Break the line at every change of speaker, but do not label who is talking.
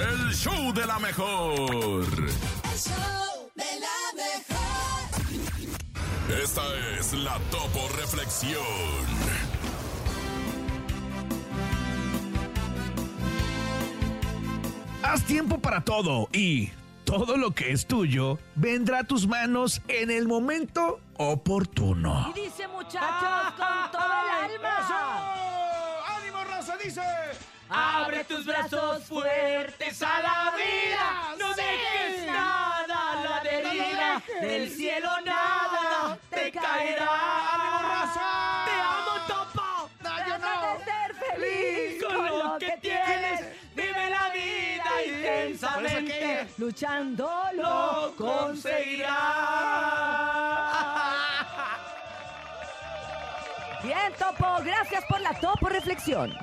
El show de la mejor.
show de la mejor.
Esta es la Topo Reflexión.
Haz tiempo para todo y todo lo que es tuyo vendrá a tus manos en el momento oportuno.
Y dice muchachos con todo el alma.
¡Ánimo, raza! Dice.
Abre tus brazos fuertes a la vida. No dejes nada a la deriva. Del cielo nada te
¡Ánimo,
caerá.
raza!
Te amo, topo.
No, yo
Trata
no.
de ser feliz con lo que tienes. Vive la vida intensamente. Luchándolo conseguirás. Bien, topo. Gracias por la topo reflexión.